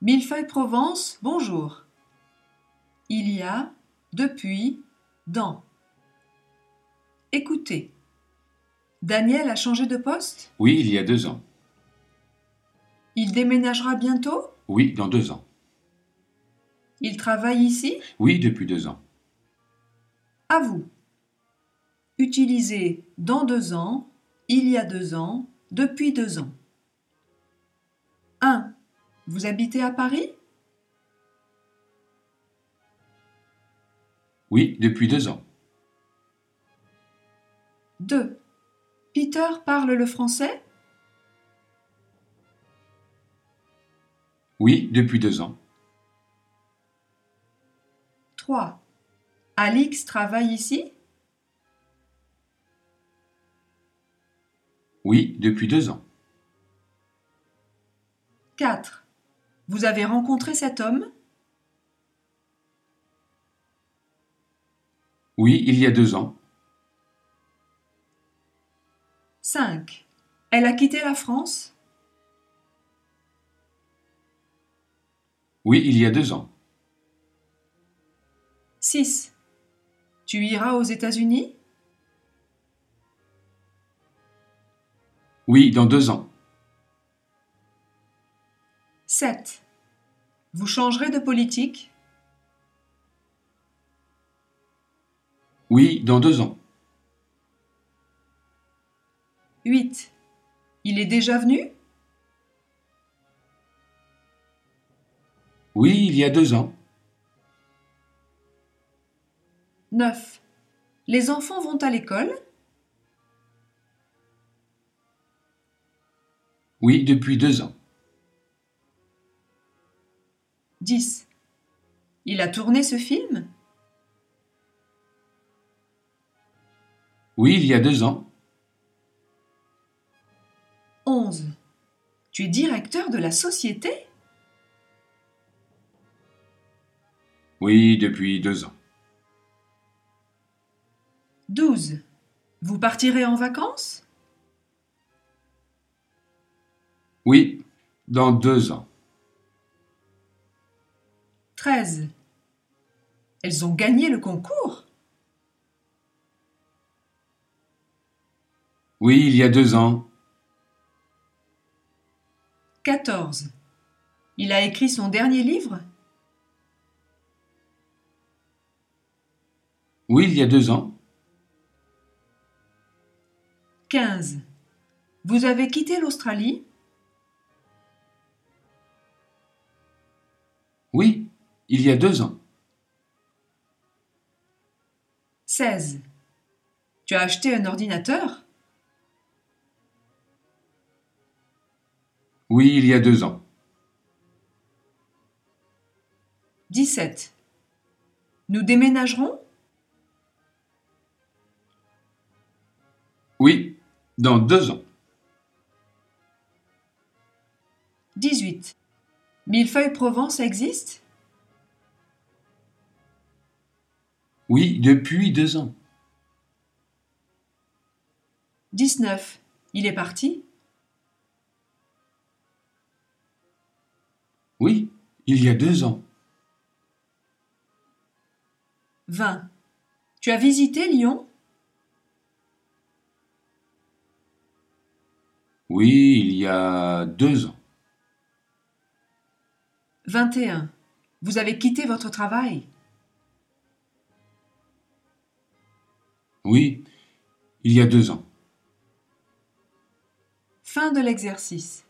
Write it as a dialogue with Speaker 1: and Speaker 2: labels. Speaker 1: Millefeuille Provence, bonjour. Il y a, depuis, dans. Écoutez. Daniel a changé de poste
Speaker 2: Oui, il y a deux ans.
Speaker 1: Il déménagera bientôt
Speaker 2: Oui, dans deux ans.
Speaker 1: Il travaille ici
Speaker 2: Oui, depuis deux ans.
Speaker 1: À vous. Utilisez dans deux ans, il y a deux ans, depuis deux ans. 1. Vous habitez à Paris
Speaker 2: Oui, depuis deux ans.
Speaker 1: 2. Peter parle le français
Speaker 2: Oui, depuis deux ans.
Speaker 1: 3. Alix travaille ici
Speaker 2: Oui, depuis deux ans.
Speaker 1: 4. Vous avez rencontré cet homme
Speaker 2: Oui, il y a deux ans.
Speaker 1: 5. Elle a quitté la France
Speaker 2: Oui, il y a deux ans.
Speaker 1: 6. Tu iras aux États-Unis
Speaker 2: Oui, dans deux ans.
Speaker 1: 7. Vous changerez de politique
Speaker 2: Oui, dans deux ans.
Speaker 1: 8. Il est déjà venu
Speaker 2: Oui, il y a deux ans.
Speaker 1: 9. Les enfants vont à l'école
Speaker 2: Oui, depuis deux ans.
Speaker 1: 10. Il a tourné ce film
Speaker 2: Oui, il y a deux ans.
Speaker 1: 11. Tu es directeur de la société
Speaker 2: Oui, depuis deux ans.
Speaker 1: 12. Vous partirez en vacances
Speaker 2: Oui, dans deux ans.
Speaker 1: 13. Elles ont gagné le concours
Speaker 2: Oui, il y a deux ans.
Speaker 1: 14. Il a écrit son dernier livre
Speaker 2: Oui, il y a deux ans.
Speaker 1: 15. Vous avez quitté l'Australie
Speaker 2: Oui, il y a deux ans.
Speaker 1: 16. Tu as acheté un ordinateur
Speaker 2: Oui, il y a deux ans.
Speaker 1: 17. Nous déménagerons
Speaker 2: Oui, dans deux ans.
Speaker 1: 18. Millefeuille Provence existe
Speaker 2: Oui, depuis deux ans.
Speaker 1: 19. Il est parti
Speaker 2: Oui, il y a deux ans.
Speaker 1: 20. Tu as visité Lyon
Speaker 2: Oui, il y a deux ans.
Speaker 1: 21. Vous avez quitté votre travail
Speaker 2: Oui, il y a deux ans.
Speaker 1: Fin de l'exercice.